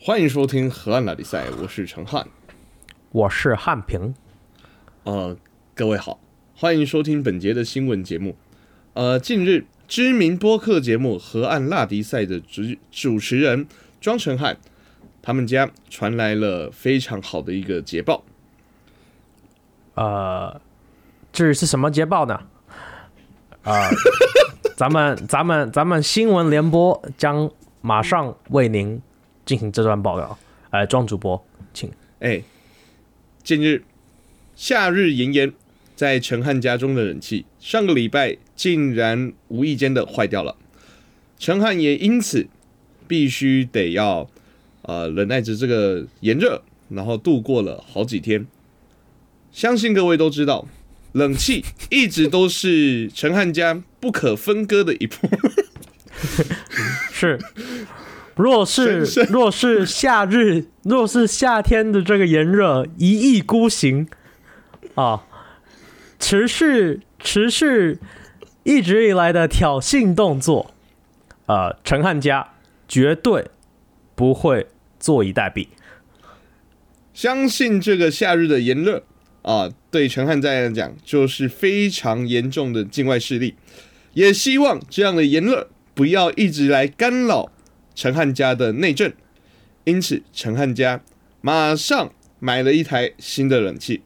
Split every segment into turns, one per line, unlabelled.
欢迎收听《河岸拉力赛》，我是陈汉。
我是汉平。
呃，各位好，欢迎收听本节的新闻节目。呃，近日知名播客节目《河岸拉迪赛》的主主持人庄成汉，他们家传来了非常好的一个捷报。
呃，至于是什么捷报呢？啊、咱们咱们咱们新闻联播将马上为您进行这段报道。呃，庄主播，请。
哎，近日夏日炎炎，在陈汉家中的冷气上个礼拜竟然无意间的坏掉了，陈汉也因此必须得要呃忍耐着这个炎热，然后度过了好几天。相信各位都知道，冷气一直都是陈汉家不可分割的一部分。
是，若是若是夏日，若是夏天的这个炎热一意孤行啊，持续持续一直以来的挑衅动作，呃，陈汉家绝对不会坐以待毙。
相信这个夏日的炎热啊，对陈汉在来讲就是非常严重的境外势力，也希望这样的炎热不要一直来干扰陈汉家的内政。因此，陈汉家马上买了一台新的冷气。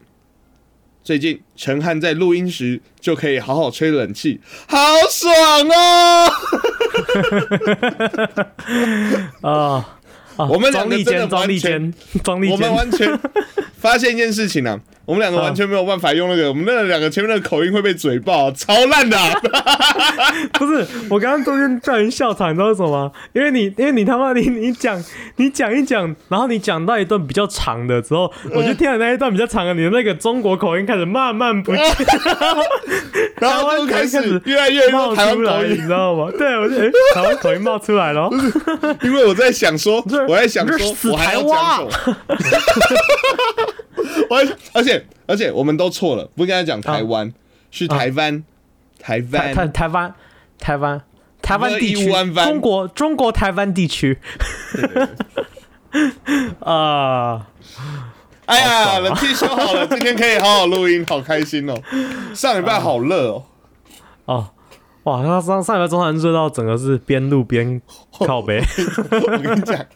最近，陈汉在录音时就可以好好吹冷气，好爽哦！
啊啊！
我们两
庄
个
丽
真的
坚，庄丽
完全
坚，庄丽
我们
坚，
完 全发现一件事情啊，我们两个完全没有办法用那个，我们那两个前面的口音会被嘴爆，超烂的啊、
不是我刚刚中间叫人笑场，你知道为什么吗？因为你，因为你他妈你你讲你讲一讲，然后你讲到一段比较长的之后，
嗯
我就听了那一段比较长的，你的那个中国口音开始慢慢不
哎
见，
然后就开
台湾口音
始
开
越来越
冒
多台
出
湾
来，
口
你
音，
知道吗？对，我就、 诶台湾口音冒出来了。
因为我在想说
这，
我在想
你这是
说，
死
我还要
台湾啊
讲什么？ 我还而且而且我们都错了，不应该讲台湾，是台湾，台
啊台台
湾，
台湾，台湾，台湾地
一
区，
弯弯
中国中国台湾地区。 啊、
哎
好
呀，
爽啊
冷气修好了，今天可以好好录音，好开心哦。上礼拜好热哦，
哦，哇！那上上礼拜中山热到整个是边录边靠背。
我跟你讲，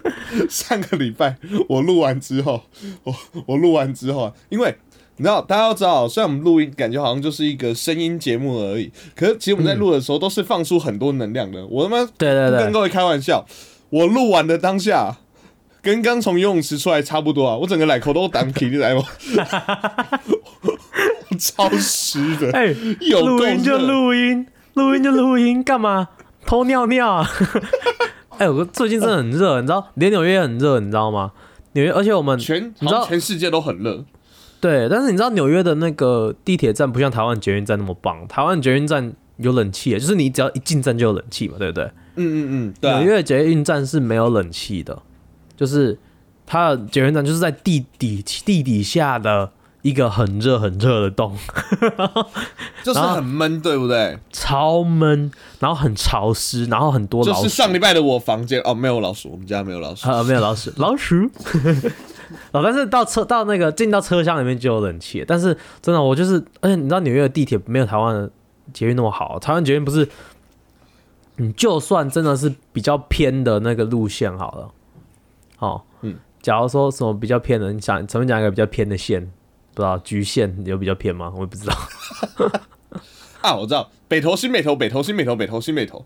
上个礼拜我录完之后，我我录完之后啊，因为你知道，大家要知道，虽然我们录音感觉好像就是一个声音节目而已，可是其实我们在录的时候都是放出很多能量的。我他妈不
嗯对对
跟各位开玩笑，我录完的当下。跟刚从游泳池出来差不多啊！我整个奶口都挡起来 了，我超湿的。
哎，
有够
录音就
热
录音，录音就录音，干嘛偷尿 尿啊？哎，我最近真的很热，你知道，连纽约也很热，你知道吗？纽约，而且我们
全
你
好
知道
像全世界都很热，
对，但是你知道纽约的那个地铁站不像台湾捷运站那么棒，台湾捷运站有冷气耶，就是你只要一进站就有冷气嘛，对不对？
嗯嗯嗯，对、啊
纽，约的捷运站是没有冷气的，就是它的捷运站就是在地底地底下的一个很热很热的洞，
就是很闷，对不对？
超闷，然后很潮湿，然后很多
就
老
是
鼠。
上礼拜的我房间哦，没有老鼠，我们家没有老鼠。
呃，没有 老鼠，老鼠。 哦，但是到车到那个进到车厢里面就有冷气，但是真的我就是，而且你知道纽约的地铁没有台湾的捷运那么好，台湾捷运不是，你就算真的是比较偏的那个路线好了，哦，
嗯，
假如说什么比较偏的，你想前面讲一个比较偏的线，不知道局限有比较偏吗？我也不知道。
啊，我知道，北投新北投，北投新北投，北投新北投。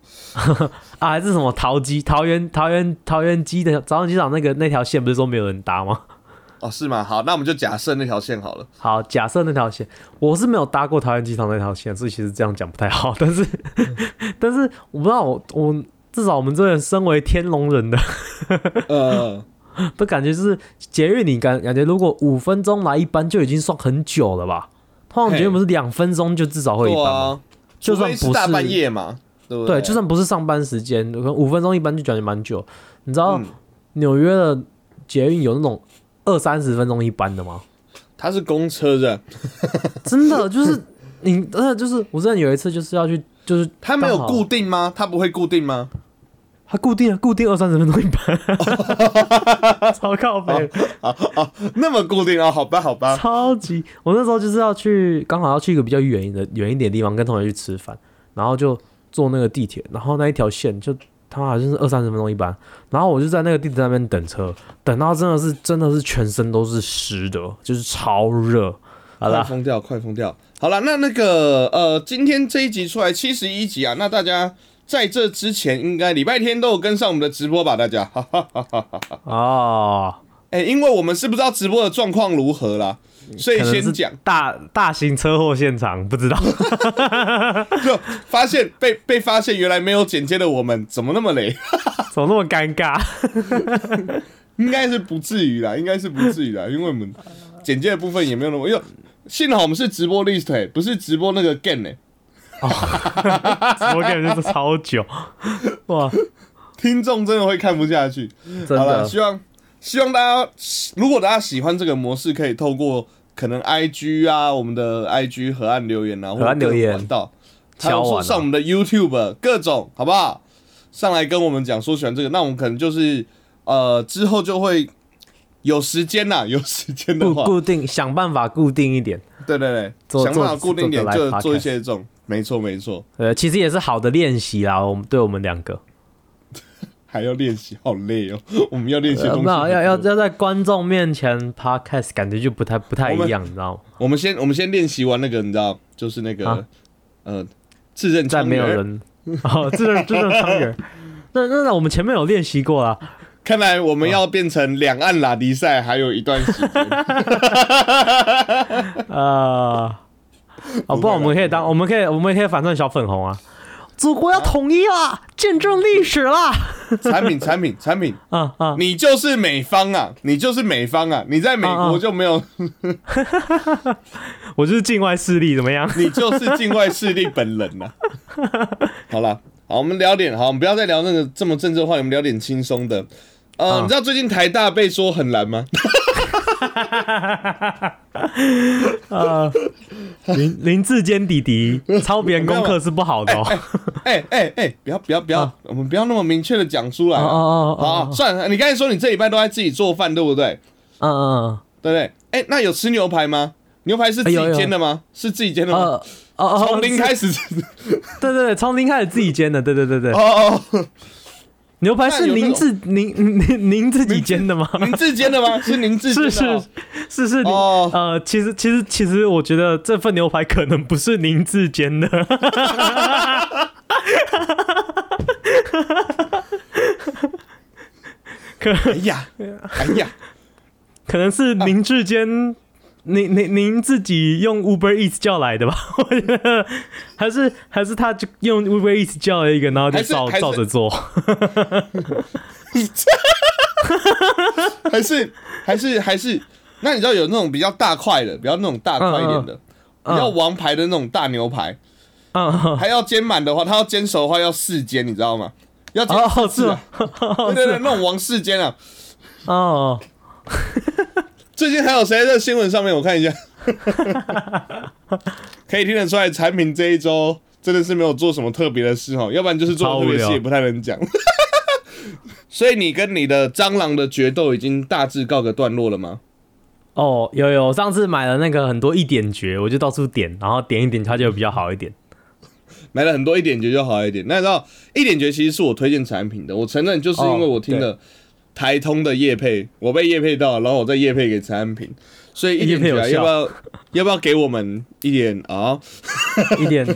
啊，还是什么桃机、桃园、桃园、桃园机的早上机场那个那条线，不是说没有人搭吗？
哦，是吗？好，那我们就假设那条线好了。
好，假设那条线，我是没有搭过桃园机场那条线，所以其实这样讲不太好。 但是，
嗯
但是我不知道，我我至少我们这人身为天龙人的，
呃，
都感觉就是捷运，你感感觉如果五分钟来一班就已经算很久了吧？通常捷运不是两分钟就至少会一
对
班吗？
啊，
就算不
除非
是
大半夜嘛，对不
对，
对，
就算不是上班时间，可能五分钟一班就感觉蛮久。你知道
嗯
纽约的捷运有那种二三十分钟一班的吗？
它是公车的，
真的就是你，真的就是我真的有一次就是要去，就是
它没有
刚好
固定吗？它不会固定吗？
它固定啊，固定二三十分钟一班，超靠北，
啊啊，那么固定啊？好吧，好吧，
超级。我那时候就是要去，刚好要去一个比较远的远一点的地方，跟同学去吃饭，然后就坐那个地铁，然后那一条线就他好像是二三十分钟一班，然后我就在那个地铁那边等车，等到真的是真的是全身都是湿的， 就是超热。好
快
啦，
疯掉，快疯掉。好了，那那个呃，今天这一集出来七十一集啊，那大家在这之前应该礼拜天都有跟上我们的直播吧？大家，哈哈哈哈哈。
哦，
哎、因为我们是不知道直播的状况如何啦，所以
嗯可能
先
是
讲，
大大型车祸现场，不知道。
就发现被被发现原来没有剪接的我们怎么那么雷？
怎么那么尴尬？
应该是不至于啦，应该是不至于啦，因为我们简介的部分也没有那么，因为幸好我们是直播 list，、欸、不是直播那个欸 game 呢、
我感觉是超久， 哇，
听众真的会看不下去。
真
好了，
的
希望希望大家，如果大家喜欢这个模式，可以透过可能 IG 啊，我们的 IG 河岸留言啊，
河岸留言
或者各种管道，还
敲
有说
完啊
上我
了，
们的 YouTube 各种，好不好？上来跟我们讲说喜欢这个，那我们可能就是呃之后就会有时间呐，有时间的
固
话，
固定想办法固定一点。
对对对，
做
想办法
做
固定点
做个
就
live
做一些这种，没错没错，
呃，其实也是好的练习啦，我们对我们两个，
还要练习，好累哦， 我们要练习的
呃
东西
没有
很
要要
多
要在观众面前 podcast，感觉就不太不太
我
一
们
样，你知道吗？
我们先我们先练习完那个，你知道，就是那个
啊
呃自认
在
窗
没有
帘
人，哦，这是这是苍人。那那那我们前面有练习过啦，
看来我们要变成两岸拉迪赛，还有一段时 间。
呃，哦，不然我们可以当，我们可以我们也可以反串小粉红啊，祖国要统一啦，见证历史啦，
产品，产品，产品，
啊啊，
你就是美方啊，你就是美方啊，你在美
啊
国
啊
就没有，
我就是境外势力，怎么样？
你就是境外势力本人 呐、好啦，好，我们聊点好，我们不要再聊那个这么政治的话，我们聊点轻松的。呃，
啊
你知道最近台大被说很蓝 吗？
呃，林林志坚弟弟抄别人功课是不好的哦。
哎哎哎，不要不要不
啊
要，我们不要那么明确的讲出来、
哦
啊。
哦哦
好，
哦，
算了，你刚才说你这礼拜都在自己做饭，对不对？
嗯嗯
对不对？哎，那有吃牛排吗？牛排是自
哎有
己
有
煎的吗？是自己煎的
嗯，
吗？
呃哦哦，
从零开始，
对对对，从零开始自己煎的，对对对对。
哦哦，
牛排是您自您您您自己煎的吗？
您自煎的吗？是您自煎 的
是是
哦
是是，
哦
呃，其实其实其实，我觉得这份牛排可能不是您自煎的， 可
哎呀，哎呀，
可能是您志坚，您您您自己用 Uber Eats 叫来的吧？ 我觉得还是还是他就用 Uber Eats 叫了一个，然后就
还是
照
还是
照着做。
还是还是还是，那你知道有那种比较大块的，比较那种大块一点的，比较王牌的那种大牛排，
嗯，嗯
它要煎满的话，它要煎熟的话要四煎，你知道吗？要煎
哦，
四
是
次
吗
啊？对对 对，那种王四煎啊。
哦，
最近还有谁在新闻上面？我看一 下，可以听得出来，产品这一周真的是没有做什么特别的事哦，要不然就是做特别的
超
事
无聊
也不太能讲。 所以你跟你的蟑螂的决斗已经大致告个段落了吗？
哦，有有，我上次买了那个很多一点绝，我就到处点，然后点一点它就比较好一点。
买了很多一点绝就好一点。那你知道一点绝其实是我推荐产品的，我承认就是
哦
因为我听了台通的叶配，我被叶配到，然后我再叶配给产品，所以一点绝啊
业配有效
要不要要不要给我们一点啊？
一 点，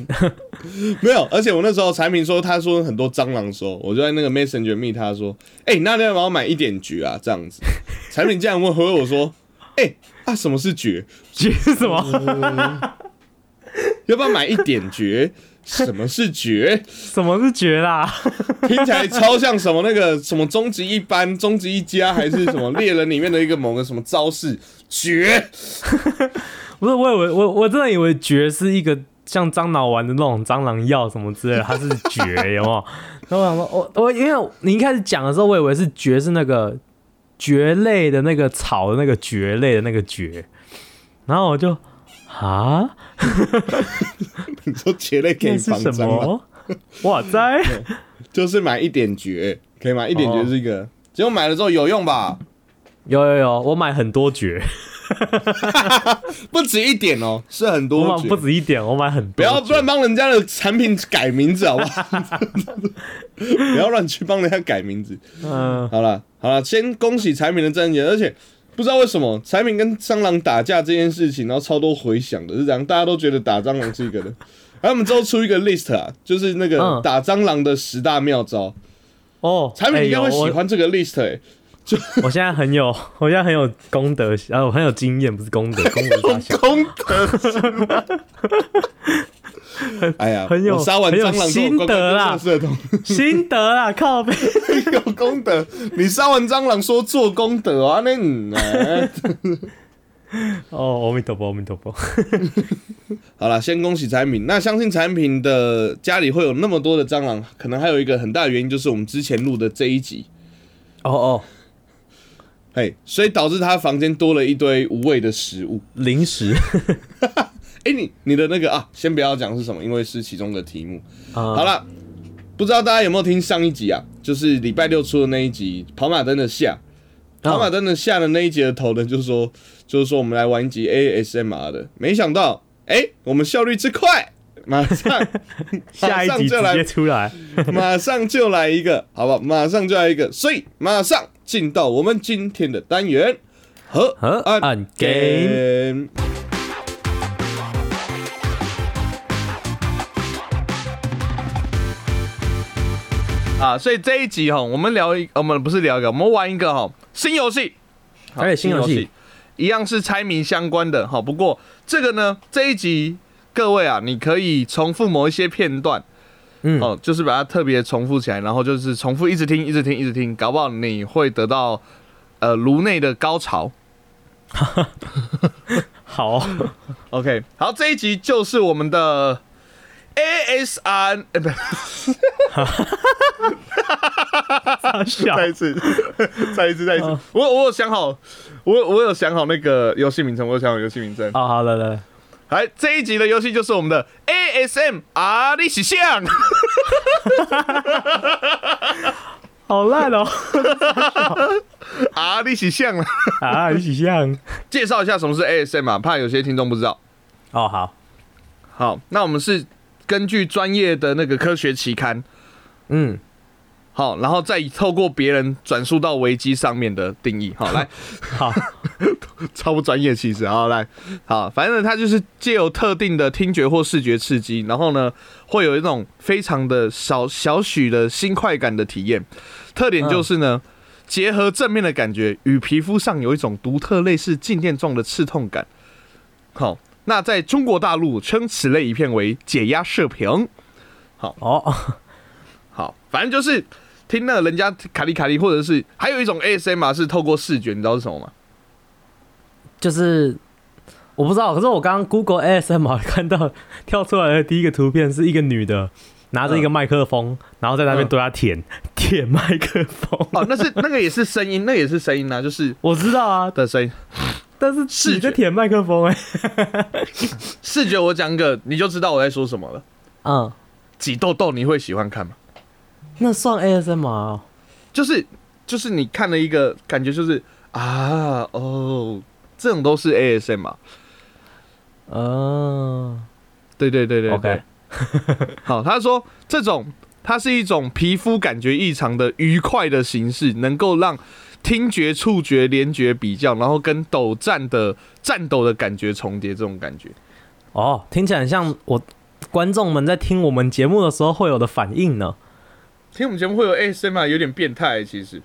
没有，而且我那时候产品说，他说很多蟑螂的时候，我就在那个 Messenger 密他说，哎、那你要不要买一点菊啊？这样子，产品竟然问回我说，哎、啊什么是菊？
绝是什 么？
要不要买一点菊？什么是菊？
什么是啊绝啦？
听起来超像什么那个什么终极一班、终极一家还是什么猎人里面的一个某个什么招式绝？
不是，我以为我我真的以为蕨是一个像樟脑丸的那种蟑螂药什么之类的，它是蕨，有没有？ 然后我想说，我我因为你一开始讲的时候，我以为是蕨是那个蕨类的那个草的那个蕨类的那个蕨，然后我就啊，
你说蕨类可
那
以
是
防
什
蟑螂，
么？哇塞！
就是买一点菊。可以吗？一点觉得是一个，结果买了之后有用吧？
有有有，我买很多绝，
不止一点哦，是很多
我买
绝
不止一点，我买很多。
不要乱帮人家的产品改名字，好不 好？不要乱去帮人家改名字。
嗯，
好了，好了，先恭喜产品的战绩，而且不知道为什么产品跟蟑螂打架这件事情，然后超多回响的，是这样，大家都觉得打蟑螂是一个 的。然后我们之后出一个 list 啊，就是那个
嗯
打蟑螂的十大妙招，
哦，
产品应该
哎
会
有
喜欢这个 list 哎、
我。我现在很有，我现在很有功德，呃，我很有经验，不是功德，功德大小，
功德心啊。哎呀，
很有
我杀完蟑螂之后，
很有心得啊啦
社团
心得啦，靠背。
有功德。你杀完蟑螂说做功德啊？那你哎
哦，阿弥陀佛，阿弥陀佛。
好了，先恭喜产品。那相信产品的家里会有那么多的蟑螂，可能还有一个很大的原因就是我们之前录的这一集，
哦哦，
嘿，所以导致他房间多了一堆无味的食物。
零食
哎、你你的那个啊，先不要讲是什么，因为是其中的题目。
啊
好，了，不知道大家有没有听上一集啊？就是礼拜六出的那一集《跑马灯的夏》。跑马灯的夏的那一集的头呢，就是说，就是说我们来玩一集 ASMR 的。没想到，哎、我们效率之快，马上
下一集
马上就
直
来
接出来。
马上就来一个，好不好？马上就来一个，所以马上进到我们今天的单元和
河岸 game。
啊，所以这一集哈，我们聊一，我们不是聊一个，我们玩一个哈新游戏，好
哎新游戏
一样是猜谜相关的哈。不过这个呢，这一集各位啊，你可以重复某一些片段，
嗯
哦，就是把它特别重复起来，然后就是重复一直听，一直听，一直听，搞不好你会得到呃颅内的高潮。
好，哦
OK，好，这一集就是我们的 ASR，呃，不，
笑
再一次， 再一次，再一次
嗯，
我我有想好，我我有想好那个游戏名称，我有想好游戏名称。
哦，好了了，
来，这一集的游戏就是我们的 ASMR 历史 像。
好烂哦，
啊，历史像了。
啊，一起像。
介绍一下什么是 ASM 啊，怕有些听众不知道。
哦，好，
好，那我们是根据专业的那个科学期刊，
嗯，
好，然后再透过别人转述到维基上面的定义。好，来，
好，
超不专业其实。好，来，好，反正呢，它就是借由特定的听觉或视觉刺激，然后呢，会有一种非常的少小许的新快感的体验。特点就是呢。结合正面的感觉与皮肤上有一种独特类似静电状的刺痛感。好，那在中国大陆称此类影片为解压射频。
哦，
好，反正就是听了人家卡里卡里，或者是还有一种 ASMR 是透过视觉，你知道是什么吗？
就是我不知道，可是我刚刚 Google ASMR 看到跳出来的第一个图片是一个女的拿着一个麦克风，然后在那边对她舔、舔麦克风。
哦，那是那个也是声音，那个也是声音啊，就是
我知道啊，
的声音。
但是
视
你在
觉
舔麦克风哎、
视觉我讲个，你就知道我在说什么了。
嗯，
挤痘痘你会喜欢看吗？
那算 ASMR 哦。
就是就是你看了一个感觉就是啊哦，这种都是 ASMR。
嗯、
对对对对
o
对
k
好，他说这种它是一种皮肤感觉异常的愉快的形式，能够让听觉、触觉、联觉比较，然后跟抖战的战斗的感觉重叠，这种感觉。
哦，听起来很像我观众们在听我们节目的时候会有的反应呢。
听我们节目会有 ASMR，有点变态，其 实。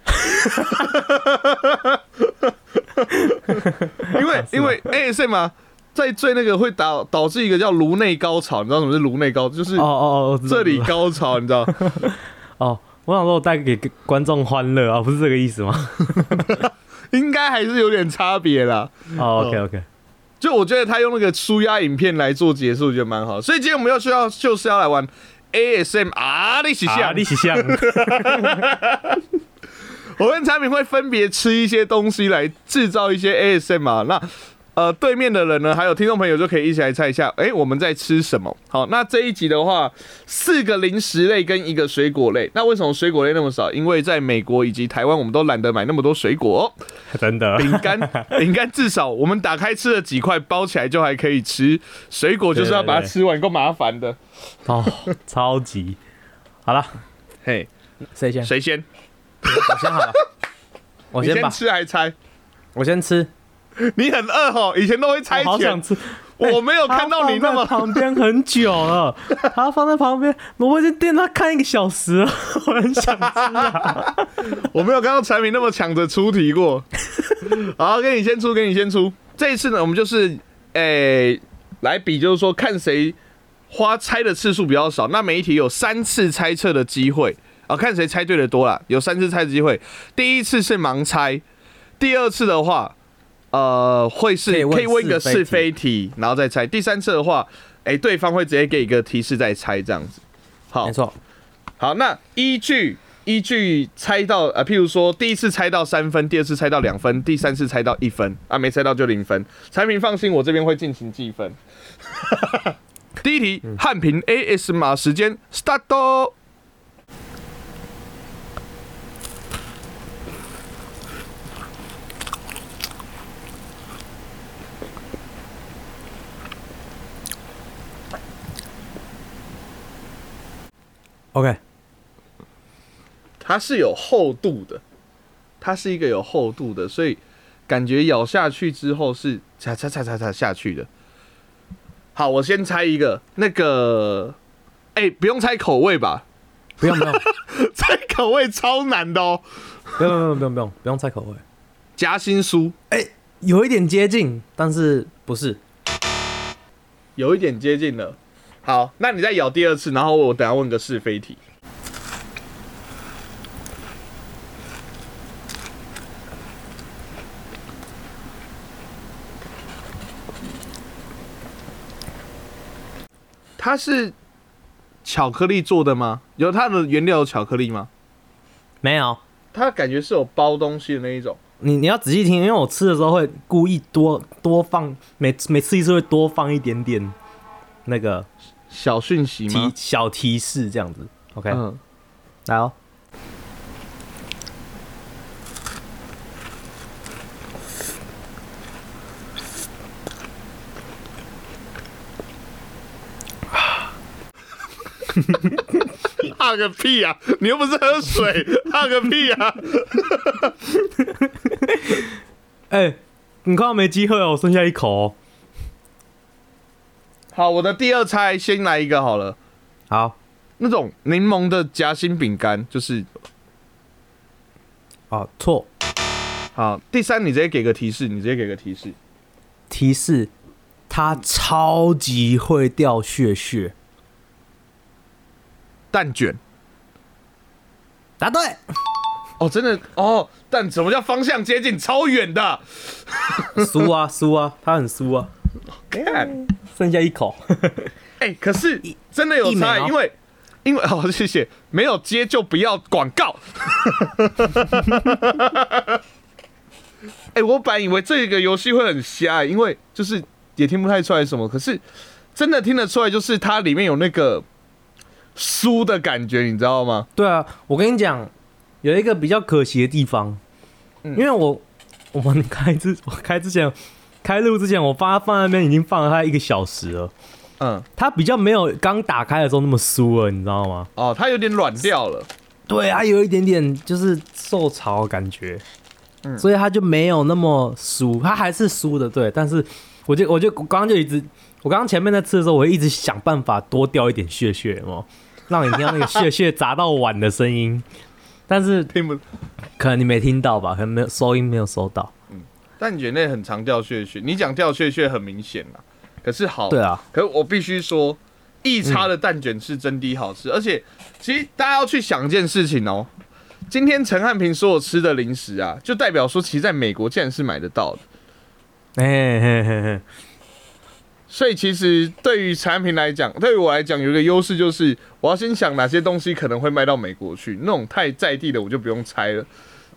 因为因为 ASMR 在最那个会导导致一个叫颅内高潮，你知道什么是颅内高？就是
哦哦哦，我知道
这里
我知道
高潮，你知道？
哦，我想说我带给观众欢乐啊，不是这个意思吗？
应该还是有点差别啦。
哦，OK OK，
就我觉得他用那个舒压影片来做结束，我觉得蛮好。所以今天我们要需要就是要来玩 ASMR 历史
啊，
下，
你起 像
我跟产品会分别吃一些东西来制造一些 ASMR。那呃，对面的人呢，还有听众朋友就可以一起来猜一下，哎、我们在吃什么？好，那这一集的话，四个零食类跟一个水果类。那为什么水果类那么少？因为在美国以及台湾，我们都懒得买那么多水果。哦
真的，
饼 干，饼干至少我们打开吃了几块，包起来就还可以吃。水果就是要把它吃完，够麻烦的。
哦，超级。好了，
嘿，
谁先？
谁先？
我先好了，我
你
先
先
吧，
吃还猜？
我先吃。
你很饿吼，以前都会猜
我好想
拳。
哎吃，
我没有看到你那么
他放在旁边很久 了，他放在旁边，我已经盯他看一个小时了， 我很想吃啊。
我没有看到产品那么抢着出题 过。好，给你先出，给你先出。这一次呢，我们就是诶、来比，就是说看谁花猜的次数比较少。那每一题有三次猜测的机会啊，看谁猜对的多啦，有三次猜的机会。第一次是盲猜，第二次的话，呃，会是
可以问
可以问一个
是非
是
题
非题，然后再猜。第三次的话，诶、对方会直接给一个提示再猜这样子。好
没，错，
好，那依据依据猜到呃，譬如说第一次猜到三分，第二次猜到两分，第三次猜到一分啊，没猜到就零分。产品放心，我这边会进行计分。 第一题，汉平 AS 码时间 start 哦
，OK，
它是有厚度的，它是一个有厚度的，所以感觉咬下去之后是嚓嚓嚓嚓嚓下去的。好，我先猜一个，那个，哎、不用猜口味吧？
不用不 用
猜口味超难的哦。
不用不用不用不用不用猜口味，
夹心酥
有一点接近，但是不是？
有一点接近了。好，那你再咬第二次，然后我等下问个是非题。它是巧克力做的吗？有它的原料有巧克力吗？
没有，
它感觉是有包东西的那一种。
你你要仔细听，因为我吃的时候会故意多多放，每每吃一次会多放一点点那个
小讯息
提
吗？
小提示这样子。OK，、
嗯，
来哦。
哈个屁啊！你又不是喝水， 哈个屁啊！
哎、你快要没机会哦，剩下一口哦。
好，我的第二猜先来一个好了，
好，
那种柠檬的夹心饼干，就是
哦，错，
好。第三，你直接给个提示，你直接给个提示。
提示，它超级会掉屑屑。
蛋卷
答对，
哦，真的哦，但什么叫方向接近超远的？
酥啊酥啊，它很酥啊。
看，
剩下一口，
哎、可是真的有
一
差，
枚哦
因为因为 哦，谢谢，没有接就不要广告。 哎、我本来以为这个游戏会很瞎、因为就是也听不太出来什么，可是真的听得出来，就是它里面有那个酥的感觉，你知道吗？
对啊，我跟你讲，有一个比较可惜的地方，
嗯
因为我我们开之我开之前开录之前，我把它放在那边已经放了它一个小时了，
嗯，
它比较没有刚打开的时候那么酥了，你知道吗？
哦，它有点软掉了。
对，它有一点点就是受潮的感觉，
嗯
所以它就没有那么酥，它还是酥的，对。但是我就我就我刚刚就一直，我刚刚前面在吃的时候，我会一直想办法多掉一点屑屑哦，让你听到那个屑屑砸到碗的声音。但是
听不，
可能你没听到吧，可能没有收音没有收到。
但眼泪很常掉血血，你讲掉血血很明显啦。可是好，
对啊，
可是我必须说，一叉的蛋卷是真的好吃，而且其实大家要去想一件事情哦。今天陈汉平说我吃的零食啊，就代表说其实在美国竟然是买得到的，
哎嘿嘿嘿，
所以其实对于产品来讲，对于我来讲有一个优势就是，我要先想哪些东西可能会卖到美国去，那种太在地的我就不用猜了，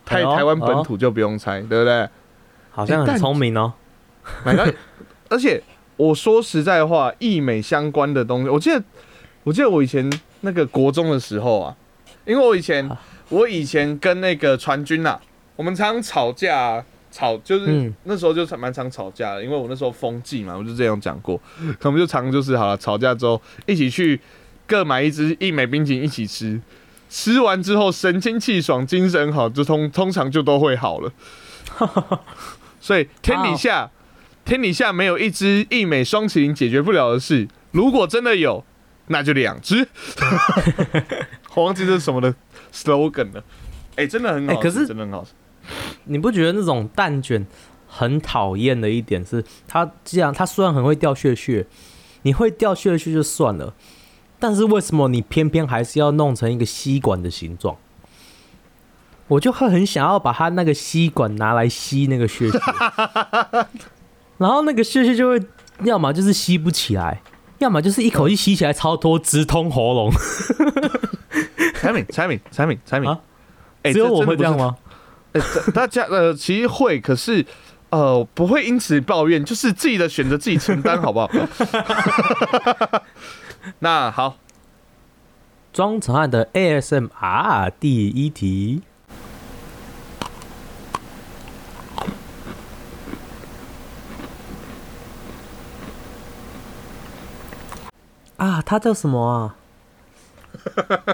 太
哎呦
台湾本
哦
土就不用猜，对不对？
好
哎
像很
但
聪明哦。
买到，而且我说实在话，医美相关的东西，我记得，我记得我以前那个国中的时候啊，因为我以前我以前跟那个传军啊，我们常吵架、啊。吵就是
嗯
那时候就蛮常吵架的，因为我那时候风纪嘛，我就这样讲过，可我们就常就是好了，吵架之后一起去各买一支一美冰淇淋一起吃，吃完之后神清气爽，精神好，就通通常就都会 好了。所以天底下天底下没有一支一美双麒麟解决不了的事，如果真的有，那就两 只。我忘记这是什么的 slogan 了。哎、真的很好吃，
哎可是
真的很好吃。
你不觉得那种蛋卷很讨厌的一点是，它既然它虽然很会掉屑屑，你会掉屑屑就算了，但是为什么你偏偏还是要弄成一个吸管的形状？我就会很想要把它那个吸管拿来吸那个屑屑，然后那个屑屑就会要么就是吸不起来，要么就是一口气吸起来超多，直通喉咙。
产品，产品，产品，产品。
啊
哎
只有我会这
这
样？吗？
真的不是呃这大家呃，其实会，可是呃，不会因此抱怨，就是自己的选择自己承担，好不好？ 那好，
庄成汉的 ASMR 第一题。啊，它叫什么啊？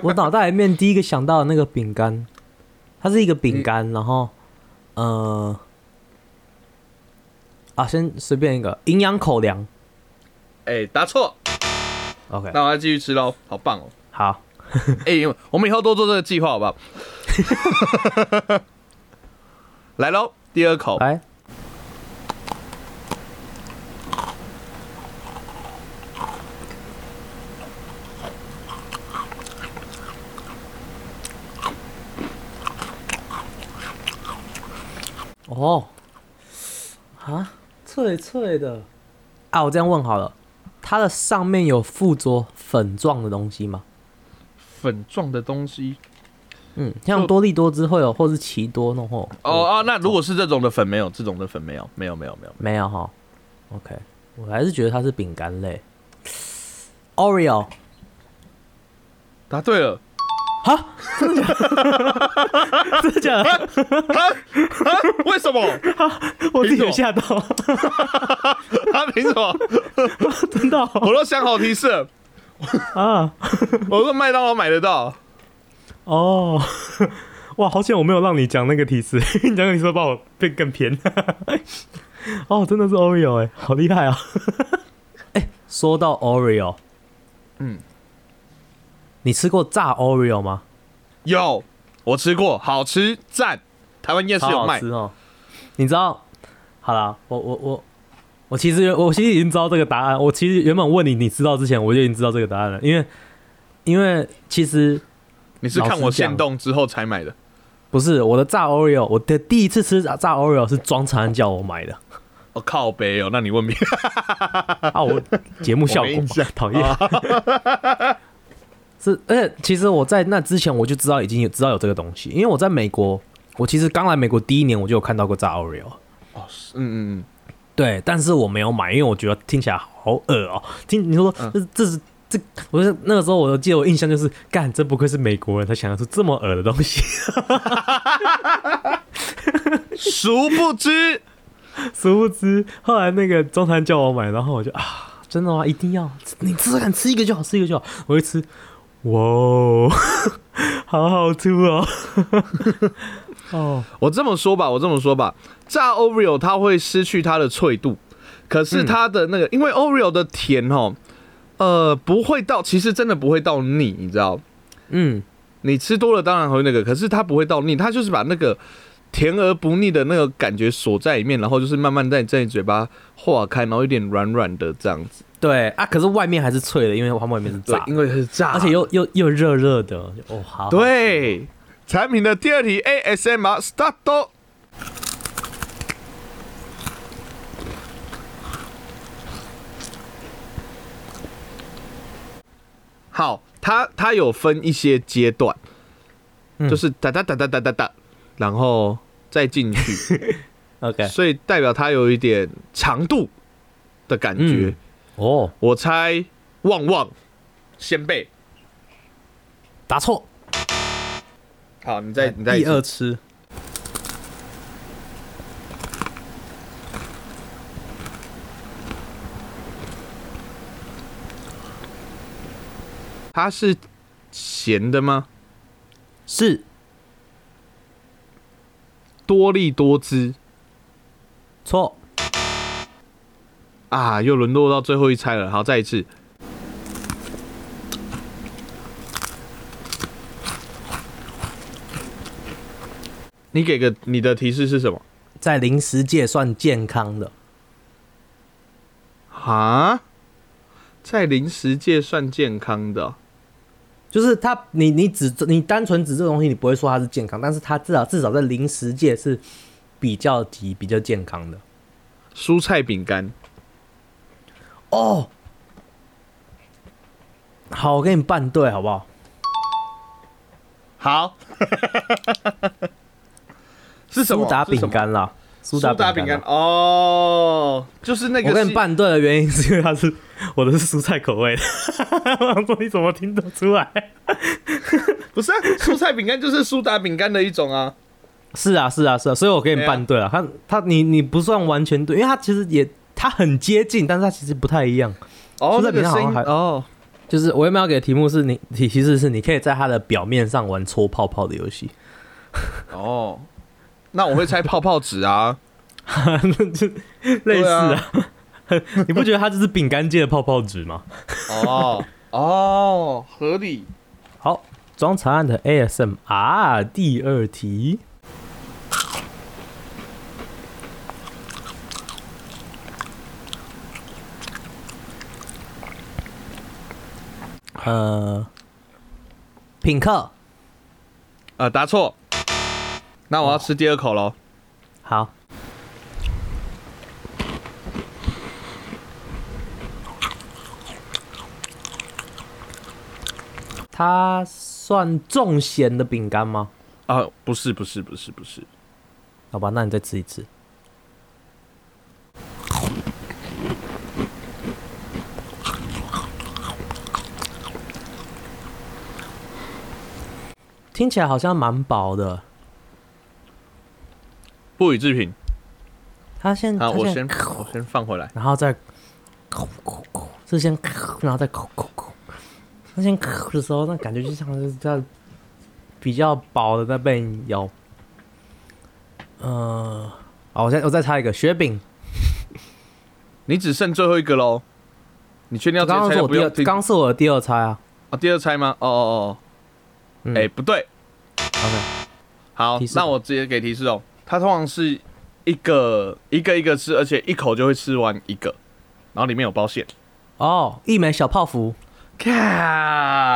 我脑袋里面第一个想到的那个饼干，它是一个饼干，然后，呃，啊，先随便一个营养口粮
哎、答错，
，OK，
那我要继续吃喽，好棒哦！
好，
哎、我们以后多做这个计划，好不好？ 来喽，第二口，
来，哦，啊，脆脆的啊！我这样问好了，它的上面有附着粉状的东西吗？
粉状的东西。
嗯，
就
像多利多汁会有，或是奇多那种。
哦啊，那如果是这种的粉没有，这种的粉没有，没有，没有，没有。
没有哈，OK，我还是觉得它是饼干类。Oreo
答对了。
哈，真的假的？真的假 的？
啊为什么？
我自己有吓到，
他凭什么？
真的哦
我都想好提示了，
啊！
我说麦当劳买得到。
哦， 哇，好险我没有让你讲那个提示， 你讲个提示把我变更偏。 哦，真的是 Oreo 哎、好厉 害啊！哎、说到 Oreo，
嗯，
你吃过炸 Oreo 吗？
有，我吃过，好吃，赞。台湾夜市有
好好
卖
吃，哦。你知道？好啦，我我我我其实我其实已经知道这个答案。我其实原本问你，你知道之前我就已经知道这个答案了，因为因为其实
你是看我
老实讲
现动之后才买的。
不是我的炸 Oreo，我的第一次吃炸炸 Oreo 是庄长安叫我买的
哦靠北哦，那你问别人。
啊，我节目效
我
果
没印象
嘛讨厌。是，而且其实我在那之前我就知道已经有知道有这个东西，因为我在美国，我其实刚来美国第一年我就有看到过炸 Oreo。
哦，是 嗯嗯嗯，
对，但是我没有买，因为我觉得听起来好恶哦、听你说，
嗯
这这是这，我是那个时候，我记得我印象就是，干，这不愧是美国人，他想得出这么恶的东西。
殊不知
殊不知，后来那个中餐叫我买，然后我就啊，真的吗？一定要，你吃敢吃一个就好，吃一个就好。我一吃，哇哦， 好好吃哦。 哦，
我这么说吧，我这么说吧，炸 Oreo 它会失去它的脆度，可是它的那个，因为 Oreo 的甜哦，呃，不会到，其实真的不会到腻，你知道。
嗯，
你吃多了当然会那个，可是它不会到腻，它就是把那个甜而不腻的那个感觉锁在里面，然后就是慢慢在在你嘴巴化开，然后有点软软的这样子。
对啊，可是外面还是脆的，因为它外面是
对
炸，，
因为它是炸，
而且又又又热热的，哦，好好吃
对产品的第二题 ASMR start。好，它它有分一些阶段，
嗯
就是哒哒哒哒哒哒哒，然后再进去，
OK，
所以代表它有一点长度的感觉。
嗯哦，
我猜旺旺先辈。
答错，
好，你再你再一次
呃第二次。
它是咸的吗？
是
多利多汁
错，
啊，又沦落到最后一猜了。好，再一次。你给个你的提示是什么？
在零食界算健康的，
啊，在零食界算健康的哦、
就是它，你你指你单纯指这个东西，你不会说它是健康，但是它至少至少在零食界是比较级比较健康的。
蔬菜饼干。
哦，好，我给你办对好不好？
好， 是什么？
苏打
是什
饼
么。
干啊啦，苏
苏打
打
饼
饼
干
啊。
哦，就是那个
我
是
跟你办对的原因是因为它是我的是蔬菜口味的， 我想说你怎么听得出来？
不是啊，蔬菜饼干就是苏打饼干的一种啊。
是啊，是啊，是啊，所以我给你
对啊
办对了。它它你你不算完全对，因为它其实也它很接近，但是它其实不太一样。
哦，
苏打
那个
饼干好
声
像
音
还
哦，
就是我原本要给的题目是你提提示是你可以在它的表面上玩搓泡泡的游戏，
哦，那我会猜泡泡纸啊。
就类似
对
啊。 你不觉得它就是饼干界的泡泡纸吗？
哦 哦，合理。
好，装长按的 ASMR 第二题，呃，品客，
呃，答错。那我要吃第二口喽。
好，它算重咸的饼干吗？
啊，不是不是不是不是，
好吧，那你再吃一次。听起来好像蛮薄的，
不予置评。
它现
啊，
它现
我
在
先我先放回来。
然后再抠抠抠，是先抠，然后再抠抠抠。那先抠的时候，那感觉就像是在比较薄的在被你咬。呃，好，我再我再猜一个雪饼。
你只剩最后一个喽。你确定要直
刚刚
接
是
猜？
我
不
第
要
二，
第
刚刚是我的第二猜啊。
啊第二猜吗？哦哦哦，
嗯
哎不对，
，OK，
好
提，示
那
吧
我直接给提示哦。它通常是一个一个一个吃，而且一口就会吃完一个，然后里面有包 馅。
哦，一枚小泡芙，
看，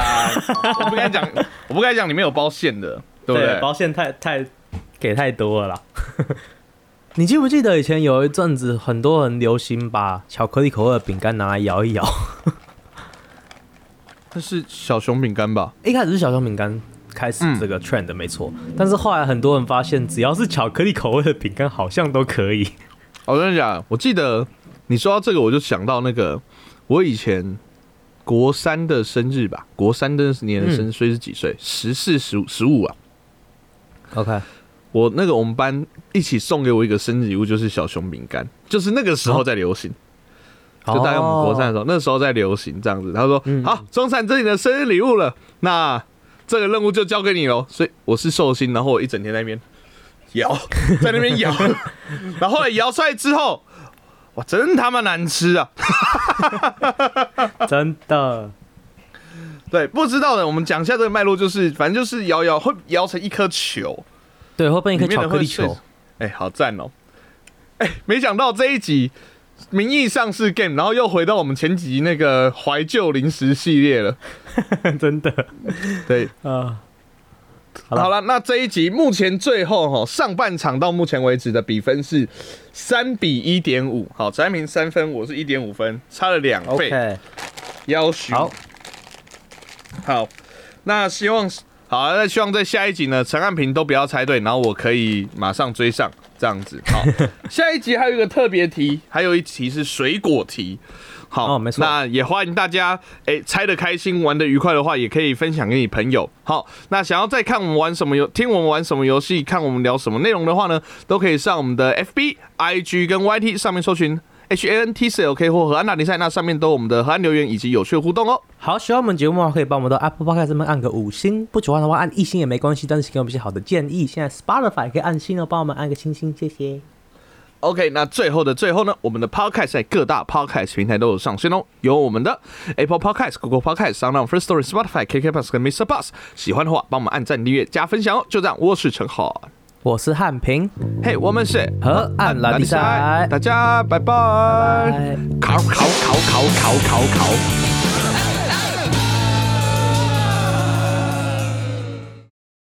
我不该讲，我不该讲里面有包馅的，对不对？
保险太太给太多了啦。 你记不记得以前有一阵子，很多人流行把巧克力口味的饼干拿来摇一摇？
那是小熊饼干吧？
一开始是小熊饼干开始这个 trend 的没错，但是后来很多人发现，只要是巧克力口味的饼干好像都可 以。
我跟你讲，我记得你说到这个，我就想到那个我以前国三的生日吧，国三的年的
嗯
生日，所以是几岁？十四、十五、十五啊！
OK，
我那个我们班一起送给我一个生日礼物，就是小熊饼干，就是那个时候在流行，
哦
就大概我们国三的时候，那时候在流行这样子。他说：“好，中山这是你的生日礼物了，那这个任务就交给你喽。”所以我是寿星，然后我一整天在那边摇，在那边摇，然后后来摇出来之后，哇，真他妈难吃啊！
哦真的
对，不知道的，我们讲一下这个脉络，就是反正就是摇摇会摇成一颗球，
对，会变一
里
颗
面
巧
的
克
会
力
碎
球。。
哎、好赞哦、哎、没想到这一集名义上是 game，然后又回到我们前几集那个怀旧零食系列了。
真的
对，
啊，好了
好了，那这一集目前最后哈上半场到目前为止的比分是三比一点五，好，翟明三分，我是一点五分，差了两倍，
OK，
要求
好，
好，那希望好啊，那希望在下一集呢，陈汉平都不要猜对，然后我可以马上追上。这样子。 好，下一集还有一个特别题，还有一题是水果题。好，
哦没错
那也欢迎大家，哎、猜的开心，玩的愉快的话，也可以分享给你朋友。好，那想要再看我们玩什么游，听我们玩什么游戏，看我们聊什么内容的话呢，都可以上我们的 FB、IG 跟 YT 上面搜寻 H A N T C L K 或和安娜尼赛，那上面都有我们的和安留言以及有趣的互动哦。
好，喜欢我们节目的话，可以帮我们到 Apple Podcast 上面按个五星，不喜欢的话按一星也没关系，但是请给我们一些好的建议。现在 Spotify 也可以按星哦，帮我们按个星星，谢谢。
OK，那最后的最后呢，我们的 Podcast 在各大 Podcast 平台都有上线哦，有我们的 Apple Podcast、Google Podcast、Sound On、First Story、Spotify、KK Bus 跟 Mr. Bus。喜欢的话，帮我们按赞、订阅、加分享哦。就这样，我是陈浩，
我是汉平，
嘿、我们是
河岸拉力赛
大家拜拜。
拜。
考考考考考考考。